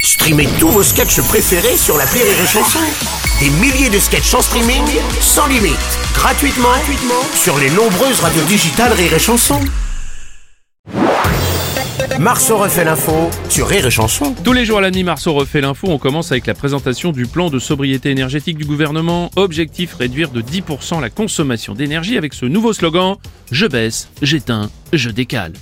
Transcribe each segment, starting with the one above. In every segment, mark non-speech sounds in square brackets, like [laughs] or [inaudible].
Streamez tous vos sketchs préférés sur la Rire et Chanson. Des milliers de sketchs en streaming, sans limite, gratuitement, gratuitement sur les nombreuses radios digitales Rire et Chanson. Marceau refait l'info sur Rire et Chanson. Tous les jours à la nuit, Marceau refait l'info. On commence avec la présentation du plan de sobriété énergétique du gouvernement. Objectif réduire de 10% la consommation d'énergie avec ce nouveau slogan Je baisse, j'éteins, je décale.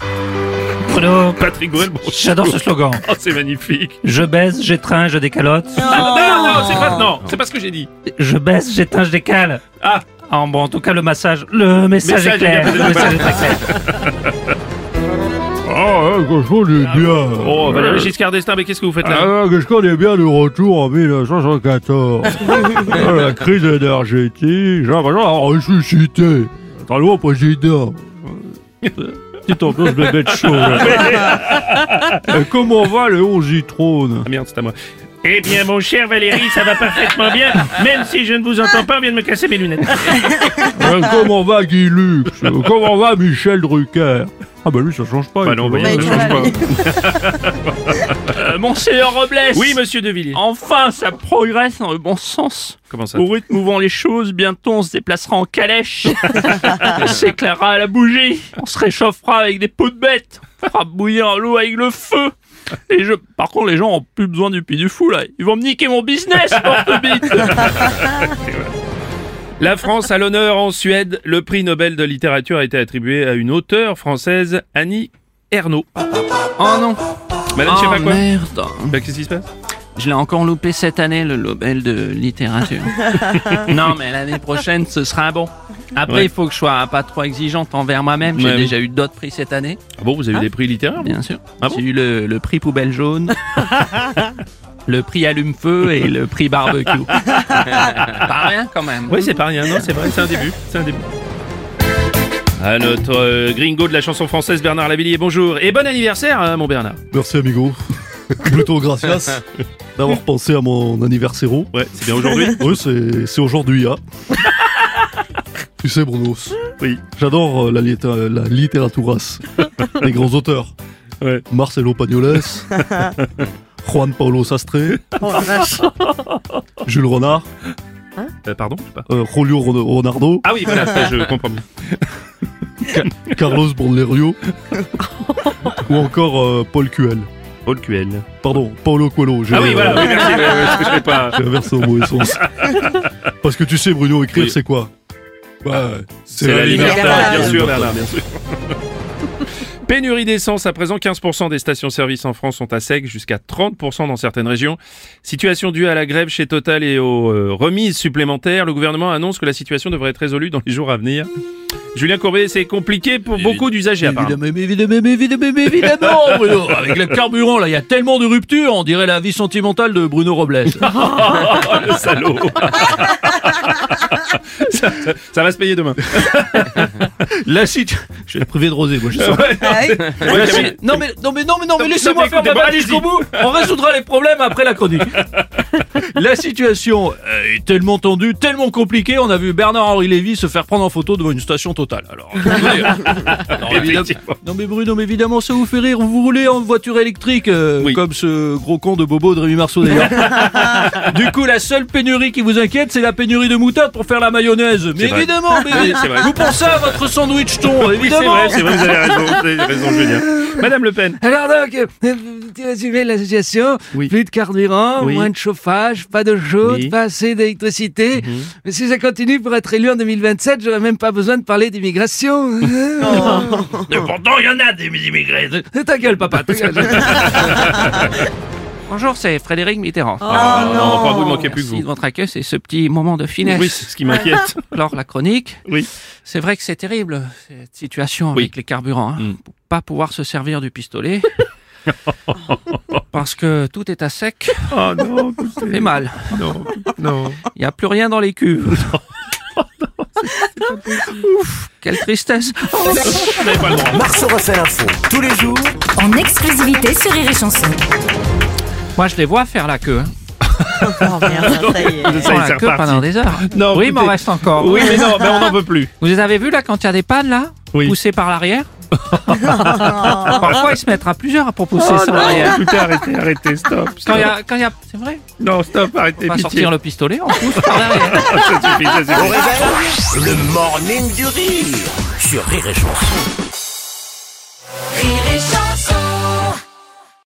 Bruno, Patrick Bruel, bonjour. j'adore ce slogan. [laughs] Oh, c'est magnifique. Je baisse, j'étreins, je décalote. Ah, non, non, non, c'est pas, non, c'est pas ce que j'ai dit. Je baisse, j'éteins, je décale. Ah, Ah bon, en tout cas, le massage, le message Message est clair. est bien Le message est très clair. Ah, ouais, que je connais bien. oh, Valérie Giscard d'Estaing, mais qu'est-ce que vous faites là Ah, ouais, que je connais bien le retour en 1974. [laughs] Ah, la crise énergétique, j'ai l'impression d'avoir ressuscité. T'as le droit, [laughs] président. Petite ambiance bébé de [laughs] chaud. là. Et Euh, comment va le 11 trône Ah merde, c'est à moi. Eh bien, mon cher Valérie, ça va parfaitement bien, même si je ne vous entends pas, on vient de me casser mes lunettes. Et Hein, Comment va Guy Lux Comment va Michel Drucker Ah bah lui, ça change pas. Bah il non, est bah, toujours il là. change euh, Monseigneur Robles Oui, monsieur De Ah. Villiers. Enfin, ça progresse dans le bon sens. Comment ça Au rythme où vont les choses, bientôt on se déplacera [laughs] en calèche. on s'éclairera à la bougie. On se réchauffera avec des pots de bête. On fera bouillir l'eau avec le feu. Et je... Par contre, les gens ont plus besoin du pied du fou, là. Ils vont me niquer mon business, [laughs] porte bite La France à l'honneur en Suède. Le prix Nobel de littérature a été attribué à une auteure française, Annie Ernaux. Oh non Madame, je sais pas quoi. Oh, merde Bah, qu'est-ce qui se passe Je l'ai encore loupé cette année, le Nobel de [laughs] littérature. non, mais l'année prochaine, ce sera bon. Après, Ouais. il faut que je sois pas trop exigeante envers moi-même. J'ai Ouais, oui. déjà eu d'autres prix cette année, Ah bon, vous avez eu des prix littéraires bien sûr. Ah bon J'ai eu le, le prix poubelle [laughs] jaune, le prix allume-feu et le prix barbecue. [laughs] pas rien quand même. Oui, c'est pas rien, non, c'est vrai, c'est un début. C'est un début. À notre euh, gringo de la chanson française, Bernard Lavillier, bonjour. Et bon anniversaire, hein, mon Bernard. [laughs] Merci amigo. Plutôt gracias d'avoir pensé à mon anniversaire. Ouais, c'est bien aujourd'hui. [laughs] Oui, c'est c'est [laughs] aujourd'hui, hein. tu sais, Bruno. Oui. J'adore euh, la, littérature la literaturas des grands auteurs. Ouais. [laughs] Marcelo Pagnoles, Juan Paulo Sastre, Oh, [laughs] Jules Renard, Euh, pardon je sais pas. euh, Julio Ron- Ronardo, Ah oui, voilà, ça, je comprends bien. Carlos Bonlerio ou encore euh, Paul Cuel. Paul QL. Pardon, Paulo Coelho. j'ai- euh, Ah oui, voilà, oui, merci, ouais, ouais, je sais pas. [laughs] J'ai inversé au mauvais [laughs] sens. Parce que tu sais, Bruno, écrire, Oui. c'est quoi Bah, C'est la liberté, liberté. bien sûr, Bernard, bien sûr. [laughs] Pénurie d'essence, à présent 15% des stations-service en France sont à sec, jusqu'à 30% dans certaines régions. Situation due à la grève chez Total et aux euh, remises supplémentaires, le gouvernement annonce que la situation devrait être résolue dans les jours à venir. Julien Courbet, c'est compliqué pour beaucoup d'usagers apparemment. Évidemment, évidemment, évidemment, [laughs] évidemment, Bruno. Avec le carburant, là, il y a tellement de ruptures, on dirait la vie sentimentale de Bruno Robles. [laughs] Le [laughs] salaud ça, ça- ça va se payer demain. [laughs] La situ... Je vais être privé de rosé, moi, je sens. Ouais, [laughs] La si- Camille, Non, mais, non, mais, non, mais, non, mais laissez-moi mais faire écoutez, ma bon, balade jusqu'au bout. On résoudra les problèmes après la chronique. [laughs] La situation euh, est tellement tendue, tellement compliquée, on a vu Bernard-Henri Lévy se faire prendre en photo devant une station totale. Alors, je veux dire, non, évidemment- non, mais Bruno, mais évidemment, ça vous fait rire. Vous roulez en voiture électrique, euh, Oui. comme ce gros con de Bobo de Rémi Marceau d'ailleurs. du coup, la seule pénurie qui vous inquiète, c'est la pénurie de moutarde pour faire la mayonnaise. Mais vrai. évidemment, mais Oui, c'est vrai. vous pensez à votre sandwich thon, Oui, c'est évidemment. vrai, c'est vrai, vous avez raison, vous avez raison, Julien. [laughs] Madame Le Pen. Alors donc, euh, petit résumé de la situation, plus de carburant, Oui. moins de chauffage, pas de chaude, Oui. Mhm. pas assez d'électricité. Mais si ça continue pour être élu en 2027, j'aurais même pas besoin de parler d'immigration. [laughs] Mais pourtant, il y en a des immigrés. Oh, Euh, ta gueule, papa, ta [laughs] gueule. Bonjour, c'est Frédéric Mitterrand. Ah, non, enfin, vous, il manquait plus que Oh, Merci vous. de votre accueil, c'est ce petit moment de finesse. Oui, c'est ce qui m'inquiète. Alors, la chronique. Oui. C'est vrai que c'est terrible, cette situation Oui. avec les carburants. Hein. Mm. Pour Pas pouvoir se servir [laughs] du pistolet. parce que tout est à sec. [laughs] Oh non, Ça fait mal. non, non. Il n'y a plus rien dans les cuves. Ouf, quelle tristesse. Vous n'avez pas le droit. Marceau refait l'info tous les jours En exclusivité sur Rire et Chanson. Moi, je les vois faire la queue. Hein. Oh merde, ça y est. Ils font il la s'est queue reparti. pendant des heures. Non, oui, écoutez- m'en reste encore. Oui, mais non, mais ben, on n'en peut plus. Vous les avez vus là quand il y a des pannes là Oui. Poussés par l'arrière Parfois, ils se mettent à plusieurs à Oh proposer ça. Écoutez, arrêtez, arrêtez, stop. Quand il y a, quand il y a, c'est vrai. Non, stop, arrêtez, Pas pitié. sortir le pistolet, on pousse par derrière. Ça suffit, ça suffit. Au réveil, le morning du rire sur Rire et Chanson.